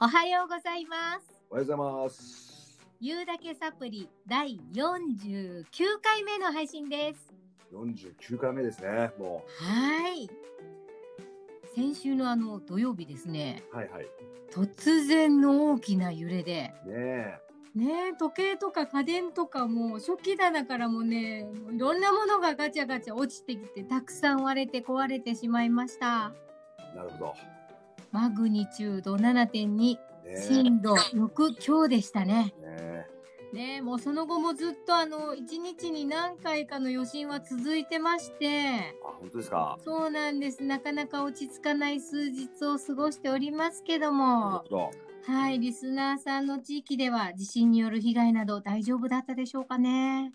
おはようございます。おはようございます。ゆうだけサプリ第49回目の配信です。 49回目ですね。もはい。先週のあの土曜日ですね、う。はいはい。突然の大きな揺れで、ねねえ時計とか家電とかもう初期棚からもね、もういろんなものがガチャガチャ落ちてきて、たくさん割れて壊れてしまいました。え。なるほど。マグニチュード7.2、ねえ。ね震度6強でしたね。え。ねえもうその後もずっとあの1日に何回かの余震は続いてましてあ、本当ですか。そうなんですなかなか落ち着かない数日を過ごしておりますけどなるもほど。はいリスナーさんの地域では地震による被害など大丈夫だったでしょうかね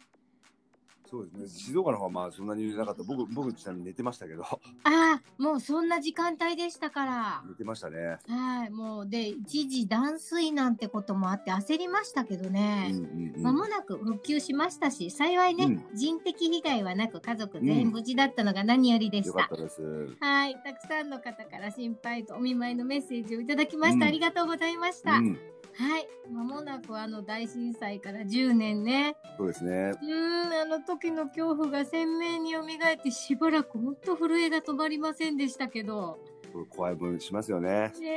そうですね。静岡の方はまあそんなに揺れなかった。僕僕ちなみに寝てましたけど、 ああもうそんな時間帯でしたから寝てましたね。はいもうで一時断水なんてこともあって焦りましたけどうんね、うんうまん。もなく復旧しましたし、幸いね、う人的被害はなく家族全員無事だったのが何よりでしよかたっ。たです。はい、たくさんの方から心配とお見舞いのメッセージをいただきました。うんありがとうございました。うん。はい、まもなくあの大震災から10年ね。そうですね。うーん、あの時の恐怖が鮮明に蘇ってしばらくほんと震えが止まりませんでしたけど。怖い分しますよね。ね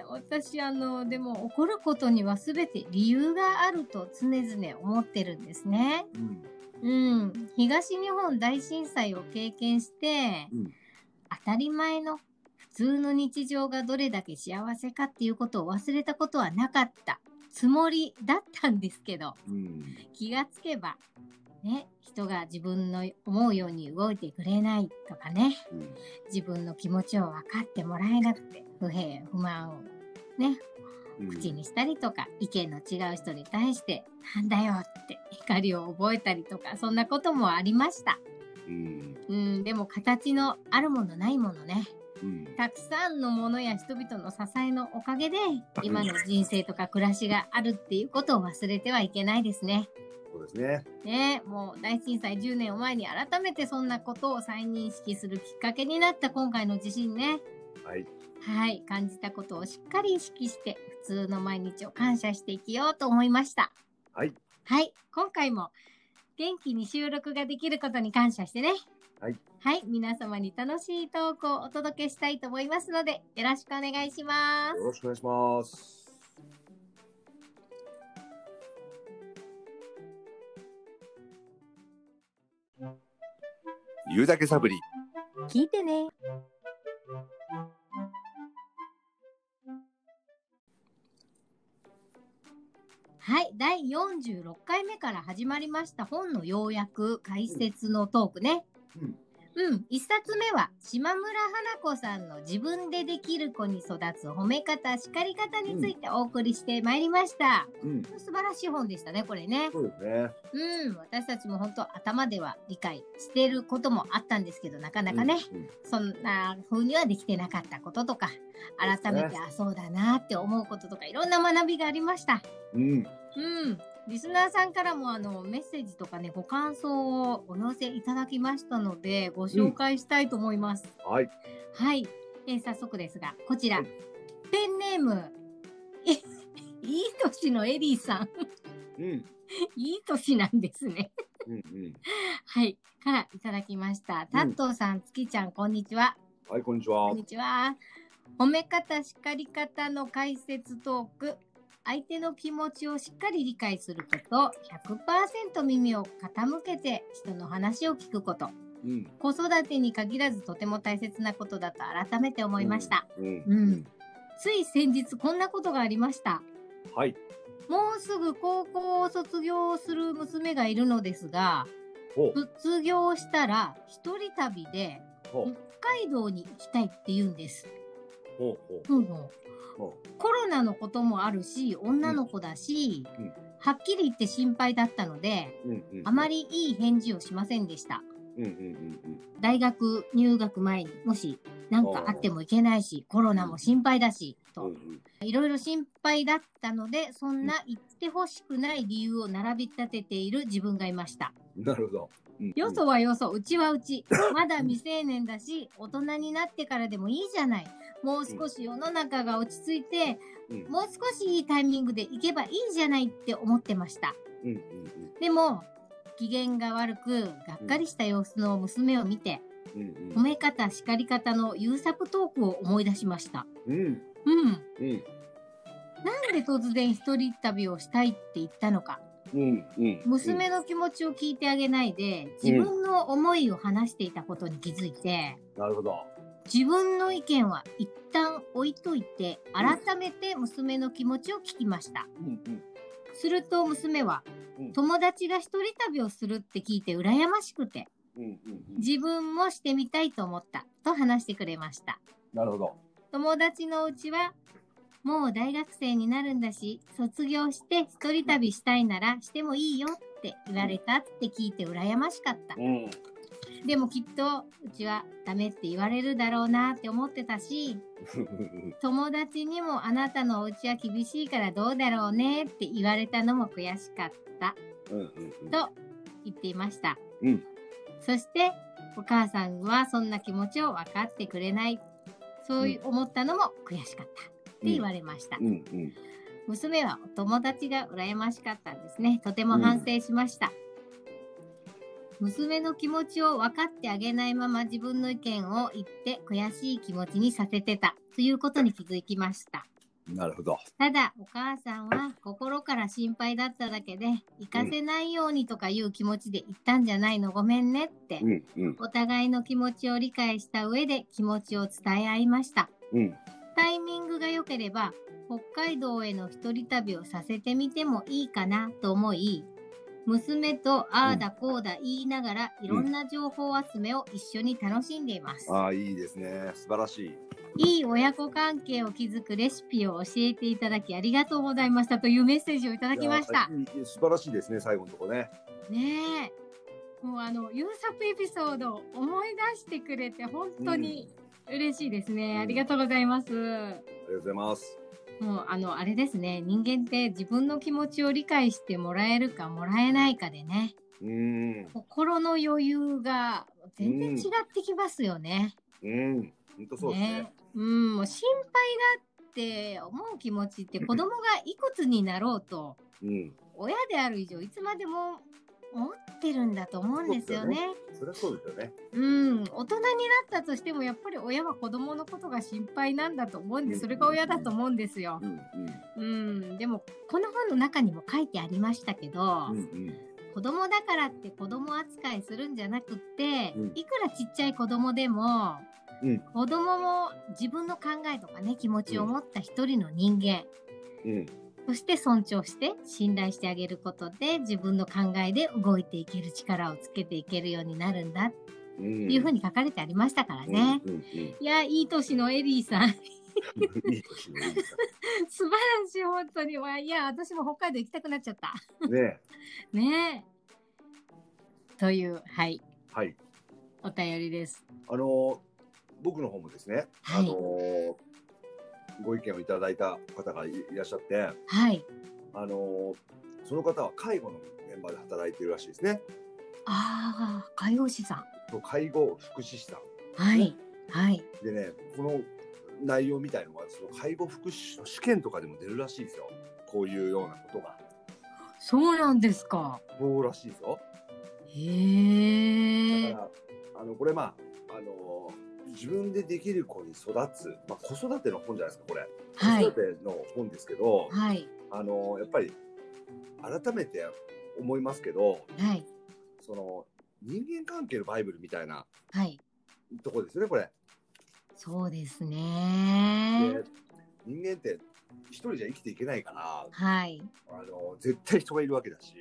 え、私あの、でも怒ることには全て理由があると常々思ってるんですね。うん。うん、東日本大震災を経験して、うん当たり前の普通の日常がどれだけ幸せかっていうことを忘れたことはなかったつもりだったんですけどうん。気がつけば、ね、人が自分の思うように動いてくれないとかねうん。自分の気持ちを分かってもらえなくて不平不満をうん口にしたりとか、意見の違う人に対してなんだよって怒りを覚えたりとかそんなこともありました。うん。うん、でも形のあるものないものね。うん。たくさんのものや人々の支えのおかげで、今の人生とか暮らしがあるっていうことを忘れてはいけないですね。そうですね。ねえもう大震災10年を前に改めてそんなことを再認識するきっかけになった今回の地震ね。はい。はい、感じたことをしっかり意識して、普通の毎日を感謝していきようと思いました。はい。はい、今回も元気に収録ができることに感謝してね。はい。はい、皆様に楽しいトークをお届けしたいと思いますので、よろしくお願いしますよ。ろしくお願いします。言うだけサブリ。聞いてね。はい、第46回目から始まりました本の要約解説のトークね。うんうん、一冊目は島村花子さんの自分でできる子に育つ褒め方、叱り方についてお送りしてまいりました。うん、素晴らしい本でしたね、これね。そうですね。うん、私たちも本当頭では理解してることもあったんですけど、なかなかね、うん。そんな風にはできてなかったこととか、改めそうて、であ、そうだなって思うこととか、いろんな学びがありました。うん、ううんん。リスナーさんからもあのメッセージとかね、ご感想をお寄せいただきましたので、ご紹介したいと思います。はい。はい、えー早速ですが、こちら、はいペンネーム、え いい年のエリーさん、 うん、いい年なんですね。 うん、うん。はい、からいただきました。タットさん、月ちゃん、こんにちは。はい、こんにちこはん。にちは。褒め方、叱り方の解説トーク。相手の気持ちをしっかり理解すること、100%耳を傾けて人の話を聞くこと、うん、子育てに限らずとても大切なことだと改めて思いました。うん、うん。つい先日こんなことがありました。はい。もうすぐ高校を卒業する娘がいるのですが、ほう、卒業したら一人旅でほう、北海道に行きたいって言うんです。ほう、ほほうほうう、ほコロナのこともあるし女の子だし、うんうんはっきり言って心配だったのでう。うん、うん。あまり。りいい返事をしませんでしたうん、うん、うん、大学入学前にもし何かあってもいけないしコロナも心配だしうん。うとん、いろいろ心配だったのでそんな言ってほしくない理由を並び立てている自分がいましたうん。なるほど。ううんよそはよそ、うちはうち。まだ未成年だし、大人になってからでもいいじゃない。もう少し世の中が落ち着いて、うんもう少しいいタイミングで行けばいいじゃないって思ってました。うんうんうんでも、機嫌が悪く、がっかりした様子の娘を見て、うん褒め方、叱り方の誘作トークを思い出しました。うんうんうん。うんなんで突然一人旅をしたいって言ったのか。うんうん娘の気持ちを聞いてあげないで、自分の思いを話していたことに気づいて、なるほど自分の意見は一旦置いといて、改めて娘の気持ちを聞きました。うんうんすると娘はうん、友達が一人旅をするって聞いて羨ましくて、うんうん自分もしてみたいと思った、と話してくれました。なるほど友達のうちは、もう大学生になるんだし、卒業して一人旅したいならしてもいいよって言われたって聞いて羨ましかった。うんでもきっと、うちはダメって言われるだろうなって思ってたし、友達にもあなたのお家は厳しいからどうだろうねって言われたのも悔しかったうんうんうんと言っていました。うんそして、お母さんはそんな気持ちを分かってくれない。そういう思ったのも悔しかったって言われました。うんうん娘はお友達が羨ましかったんですね。とても反省しました。娘の気持ちを分かってあげないまま自分の意見を言って悔しい気持ちにさせてたということに気づきました。なるほどただ、お母さんは心から心配だっただけで、行かせないようにとかいう気持ちで言ったんじゃないのごめんねってう、んうんお互いの気持ちを理解した上で気持ちを伝え合いました。うんタイミングが良ければ北海道への一人旅をさせてみてもいいかなと思い娘とああだこうだ言いながら、いろんな情報集めを一緒に楽しんでいます、ああいいですね素晴らしいいい親子関係を築くレシピを教えていただきありがとうございましたというメッセージをいただきましいやたいい素晴らしいですね最後のとこねねえもうあのユーサップエピソードを思い出してくれて本当に嬉しいですね、うんありがとうございます、ありがとうございますもうあのあれですね人間って自分の気持ちを理解してもらえるかもらえないかでねうん心の余裕が全然違ってきますよね。うん本当そうですねうんもう心配だって思う気持ちって子供がいくつになろうとうん親である以上いつまでも思ってるんだと思うんですよね。そりゃそうですよねうん大人になったとしてもやっぱり親は子供のことが心配なんだと思うんでそれが親だと思うんですよ。うんうん、でもこの本の中にも書いてありましたけど、うんうん子供だからって子供扱いするんじゃなくって、うんいくらちっちゃい子供でも、うん子供も自分の考えとかね気持ちを持った一人の人間、うんそして尊重して信頼してあげることで自分の考えで動いていける力をつけていけるようになるんだってうんいうふうに書かれてありましたからね。うんうんうんいやいい年のエリーさん いい年のいい素晴らしい本当にわいや私も北海道行きたくなっちゃった。年ねねえ。という、はい、はいお便りです。あのー僕の方もですね、はいあのーご意見をいただいた方がいいらっしゃって、はい。あのーその方は介護のメンバーで働いてるらしいですね。ああ、介護士さん。と介護福祉士さんはい。はい。でねこの内容みたいのはその介護福祉士の試験とかでも出るらしいですよこういうようなことがそうなんですか。そうらしいですよだへかえ。らあのこれまああの自分でできる子に育つ、まあ、子育ての本じゃないですかこれ、はい子。育ての本ですけどはい。あのやっぱり改めて思いますけどはい。その人間関係のバイブルみたいなはい。とこですよねこれ。そうですでね。人間って一人じゃ生きていけないからはい。あの絶対人がいるわけだし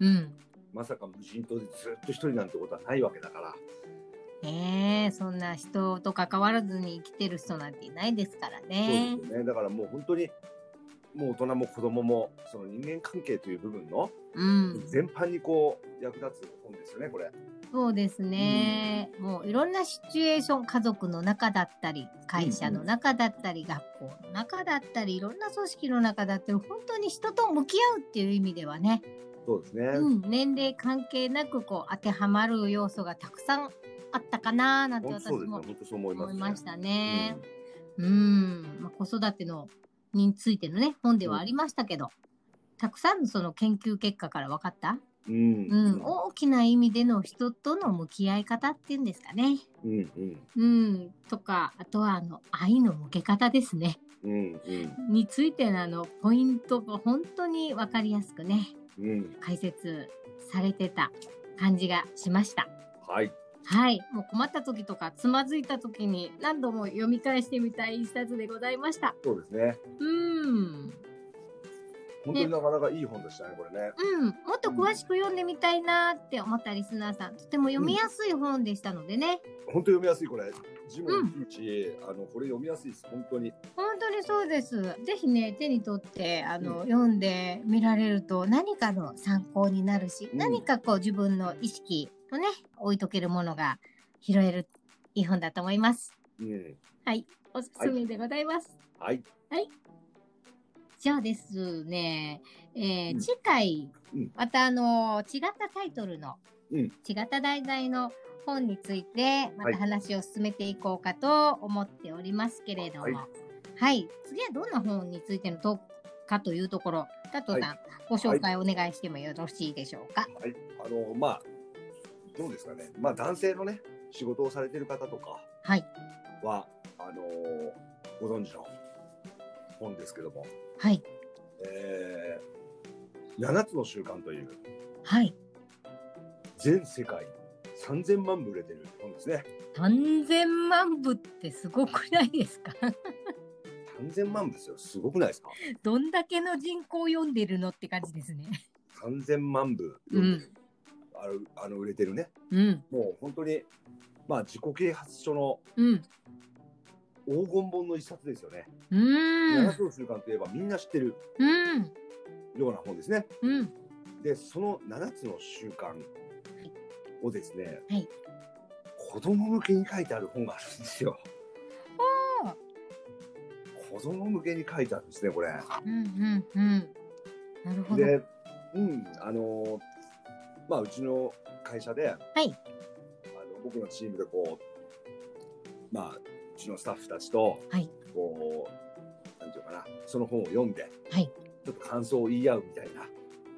うん。まさか無人島でずっと一人なんてことはないわけだからええ、そんな人と関わらずに生きてる人なんていないですからそうねで。すよねだからもう本当にもう大人も子供もその人間関係という部分のうん。全般にこう役立つ本ですよねこれ。そうですね、もういろんなシチュエーション家族の中だったり会社の中だったり、学校の中だったりいろんな組織の中だったり本当に人と向き合うっていう意味ではねそうですね。うん、年齢関係なくこう当てはまる要素がたくさんあったかなーなんて本当私そうですね。も本当そう思います、思いね。ましたね。うん、まあ、子育てのについてのね本ではありましたけど、たくさんのその研究結果から分かった、うん。うんうん。大きな意味での人との向き合い方っていうんですかね。うん。うん。うん、とかあとはあの愛の向け方ですねうん。うん。についてのあのポイントが本当に分かりやすくねうん。解説されてた感じがしました。はい。はい、もう困った時とかつまずいた時に何度も読み返してみたい一冊でございました。そうですね。うん、本当になかなかいい本でしたね、これね。うん、もっと詳しく読んでみたいなって思ったリスナーさん、とても読みやすい本でしたのでね。本当に読みやすい、これ。ジムの窮地、あの、これ読みやすいです、本当に。本当にそうです。ぜひね、手に取って、あの、うん読んでみられると、何かの参考になるし、うん何かこう自分の意識のね、置いとけるものが拾えるいい本だと思います。うん。はい、おすすめでございます。はい。じゃあですね、えーうん次回、うんまたあの違ったタイトルの、うん違った題材の本についてまはいた話を進めていこうかと思っておりますけれども、ははいい、次はどんな本についてのトークかというところ、加藤さん、はご紹介お願いしてもよろしいでしょうか。はい。あの、まあ。どうですかね。まあ、男性のね、仕事をされてる方とか。はい、は、あのーご存知の。本ですけども。はい、えー、7つの習慣というはい、全世界3000万部売れてる本ですね。 3000万部ってすごくないです か3000万部ですよ。すごくないですかどんだけの人口を読んでるのって感じですね。 ?3000 万部、うん、あのあの売れてるね。うん、もう本当に、まあ自己啓発書のうん、黄金本の一冊ですよね。うーん7。つの習慣といえばみんな知ってるうん、ような本ですね。うん、で、その7つの習慣をですね、はい子供向けに書いてある本があるんですよ。おー子供向けに書いてあるんですね、これ。うん、うん、うん。なるほど。で、うん、あのまあうちの会社で、はい、あの僕のチームでこう、まあうちのスタッフたちと、はいこうなんていうかな、その本を読んで、はいちょっと感想を言い合うみたいな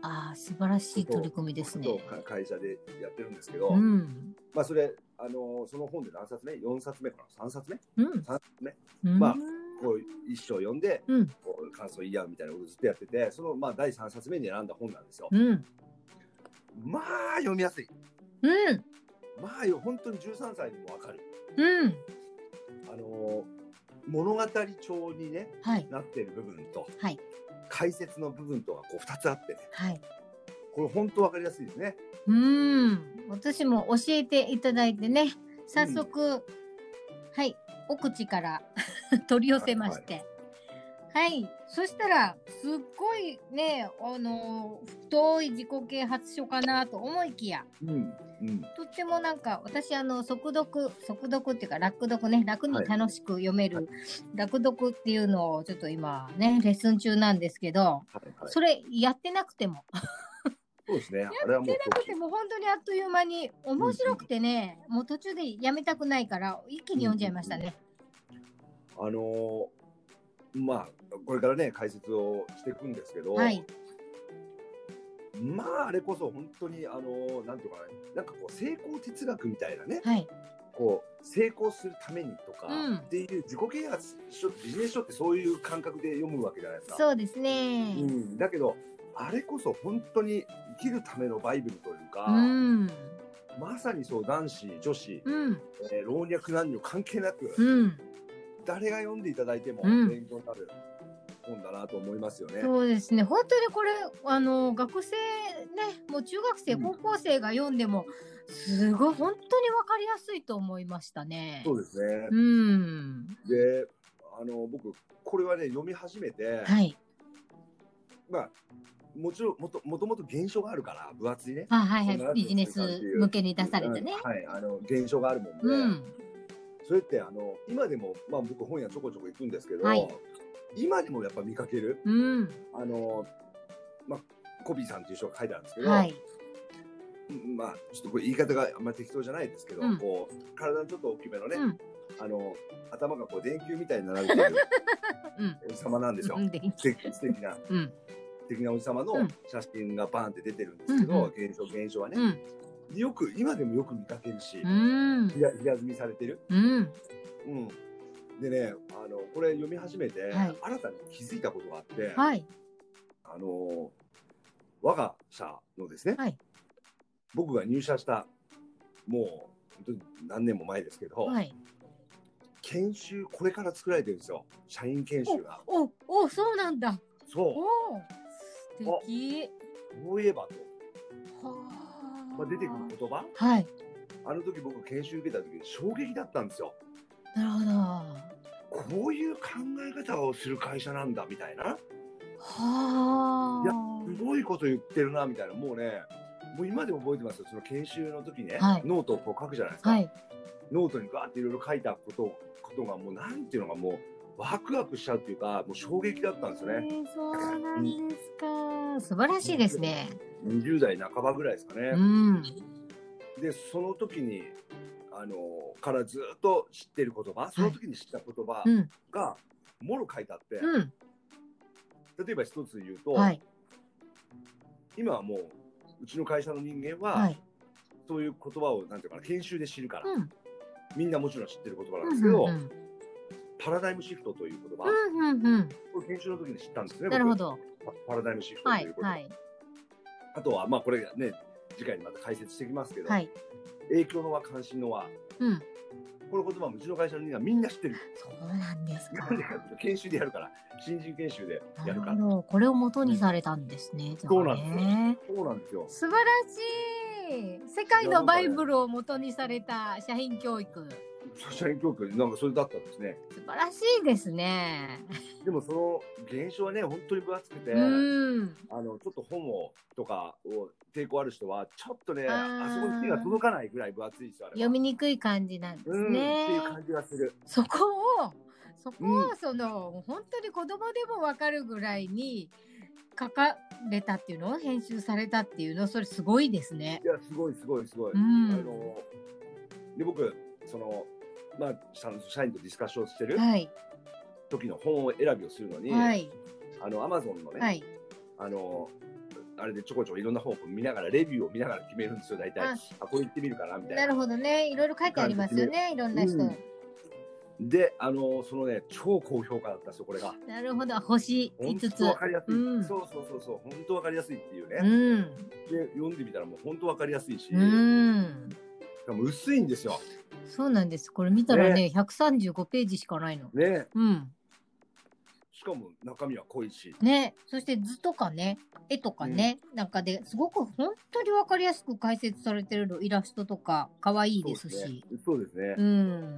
ああ、素晴らしい取り組みでこすとをね。か会社でやってるんですけど、うん、まあそれあのその本で何冊目？4冊目かな？3冊目うん、 ?3 冊目うん、まあこう一章読んでうん、こう感想を言い合うみたいなことをずっとやっててそのまあ第3冊目に選んだ本なんですよ。うん、まあ読みやすい。うん、まあよ本当に13歳にもわかる。うん、あの物語調に、ね、はい、なってる部分と、はい解説の部分とがこう2つあってねはい。これ本当わかりやすいですね。うん、私も教えていただいてね、早速、はい、お口から 取り寄せまして。はい、そしたらすっごいねあの太い自己啓発書かなと思いきやうんうん、とってもなんか私あの速読速読っていうか楽読ね楽に楽しく読めはる楽読っていうのをちょっと今ねレッスン中なんですけどはいはい、それやってなくてもそうですねあれはもうなくても本当にあっという間に面白くてねもう途中でやめたくないから一気に読んじゃいましたね。あのーまあこれからね解説をしていくんですけど、はいまああれこそ本当にあのーなんていうかななんかこう成功哲学みたいなねはいこう成功するためにとかうんっていう自己啓発書ビジネス書ってそういう感覚で読むわけじゃないですか。そうですね。うん、だけどあれこそ本当に生きるためのバイブルというか、うんまさにそう男子女子、うんえー老若男女関係なく、うん誰が読んでいただいてもうん勉強になる本だなと思いますよね。そうですね本当にこれあの学生ねもう中学生うん高校生が読んでもすごい本当に分かりやすいと思いましたね。そうですね、うんであの僕これはね読み始めて、はいまあもちろんもともともと原書があるから分厚いね。あはいそんはないビジネス向けに出されてねうん。はい、あの原書があるもんで、うんそれってあの今でも、まあ、僕本屋ちょこちょこ行くんですけど、はい今でもやっぱ見かけるうんあの、まあ、コビーさんっていう人が書いてあるんですけど、はい。うんまあちょっとこれ言い方があんまり適当じゃないですけど、うんこう体のちょっと大きめのね、うんあの頭がこう電球みたいになるっていううん。おじさまなんですよ。うん。で素敵素敵なうん。素敵なおじさまのうん写真がバーンって出てるんですけど、うん現象現象はうね、ん。よく今でもよく見かけるし、うん。ひら平積みされてる。うん。うん、でねあのこれ読み始めて、はい新たに気づいたことがあって、はい。あの我が社のですね、はい僕が入社したもう本当に何年も前ですけど、はい。研修これから作られてるんですよ社員研修が。お、お、そうなんだ。そうおお。素敵。そういえばと、はまあ、出てくる言葉はい。あの時僕研修受けた時に衝撃だったんですよ。なるほど。こういう考え方をする会社なんだみたいなはいあ。すごいこと言ってるなみたいなもうねもう今でも覚えてますよその研修の時ね、はいノートをこう書くじゃないですか、はい。ノートにガーっていろいろ書いたことことがもうなんていうのがもうワクワクしちゃうっていうかもう衝撃だったんですよえねーそうなんですか。素晴らしいですね。 20代半ばぐらいですかうね、ん。でその時にあのからずっと知ってる言葉その時に知った言葉うん。がもろ書いてあって、うん。例えば一つ言うと、はい。今はもううちの会社の人間は、はい。そういう言葉をなんていうかな研修で知るから、うん。みんなもちろん知ってる言葉うなんんでうすけど、んうん。パラダイムシフトという言葉、うんうんうん。これ研修の時に知ったんですね。なるほど。僕。パパラダイムシフトとはいいうこと。はいあとはまあこれね次回にまた解説してきますけど、はい。影響の輪関心の輪うん。この言葉もうちの会社の人間みんな知ってる。そうなんですか なん。でかっていうと研修でやるから新人研修でなるやるほから。ど。これを元にされたんですね。じゃあねそうなんですそうなんですよ。素晴らしい世界のバイブルを元にされた社員教育社員教育なんかそれだったんですね。素晴らしいですね、でもその現象はね本当に分厚くて。うんあのちょっと本をとかを抵抗ある人はちょっとねああーそこに手が届かないぐらい分厚いですよあれは読みにくい感じなんですうん、ねっていう感じがする。そこをそこうをその、本当に子供でもわかるぐらいに書かれたっていうのを編集されたっていうのそれすごいですねいやすごいすごいすごい。うあんので僕そのまあ社社員とディスカッションしてるはい時の本を選びをするのに、はいあのアマゾンのね、はいあのあれでちょこちょこいろんな本を見ながらレビューを見ながら決めるんですよ大体。ああこれ行ってみるかなみたいな。なるほどねいろいろ書いてありますよねいろんな人、うんであのそのね超高評価だったんですよこれが。なるほど星本5つ当わかりやすい、うんそうそうそうそう本当わかりやすいっていうね。うんで読んでみたらもう本当わかりやすいし、うんしかも薄いんですよ。そうなんです。これ見たらね、135ページしかないの。ね、うん。しかも中身は濃いし、ね、そして図とかね、絵とかね、なんかですごく本当にわかりやすく解説されてるのイラストとか可愛いですし。そうですね。う,、ん。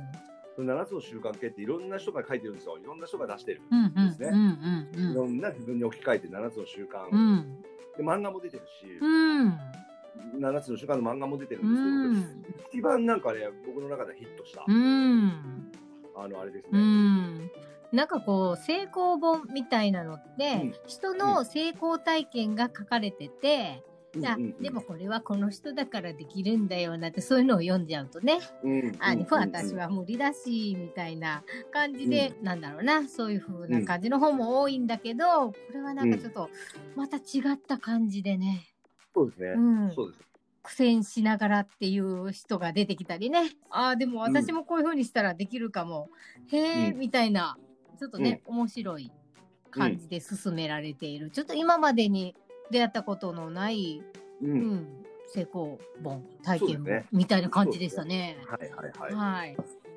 その7つの習慣系っていろんな人が書いてるんですよ。いろんな人が出してる。うんうんですねうんういんろんな自分に置き換えて7つの習慣、うん。うん。で漫画も出てるし、うん。 7つの習慣の漫画も出てるうんですん。けど、一番なんかね僕の中でヒットした、うん。あのあれですうね。ん。なんかこう成功本みたいなのって、うん人の成功体験が書かれてて、じゃあうんうんうんでもこれはこの人だからできるんだよなってそういうのを読んじゃうとね、うんうんあでもうん私は無理だしみたいな感じで、なんだろうなそういう風な感じの本も多いんだけど、これはなんかちょっとまた違った感じでね、そうですね。うんそうです。苦戦しながらっていう人が出てきたりねあーでも私もこういう風にしたらできるかも、へえうんみたいなちょっとね、面白い感じで進められている、ちょっと今までに出会ったことのない、ううんん。成功本体験そうです本ねみたいな感じでしたね。はいはいははい、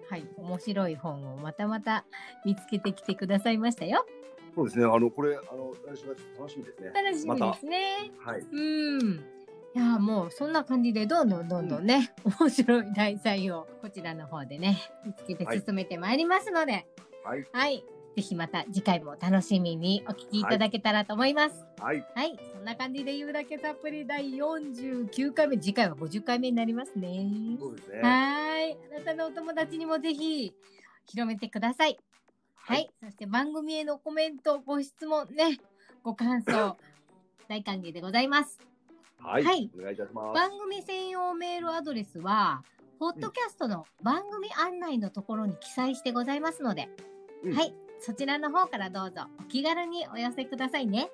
はい、面白い本をまたまた見つけてきてくださいましたよ。い。そうですね。あのこれあの来週がちょっと楽しみですね。楽しみですね。はい。うん。いやもうそんな感じでどんどんどんどんね、面白い題材をこちらの方でね見つけて進めてまいりますので、はいはい、ぜひまた次回も楽しみにお聞きいただけたらと思います。はいはい、そんな感じで言うだけたっぷり第49回目次回は50回目になりますね。そうですね。はーい。あなたのお友達にもぜひ広めてください。 はい。そして番組へのコメント、ご質問ね、ご感想、大歓迎でございます。はい、はいお願いいたします。番組専用メールアドレスは、ポッドキャストの番組案内のところに記載してございますので、うんはい、そちらの方からどうぞお気軽にお寄せくださいね。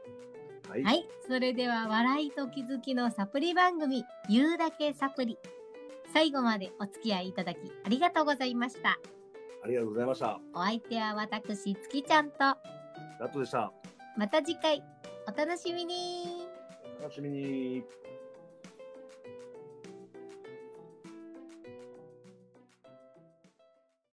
はいはい、それでは笑いと気づきのサプリ番組、言うだけサプリ。最後までお付き合いいただきありがとうございました。ありがとうございました。お相手は私、月ちゃんと、ラットでした。また次回、お楽しみにお楽しみに。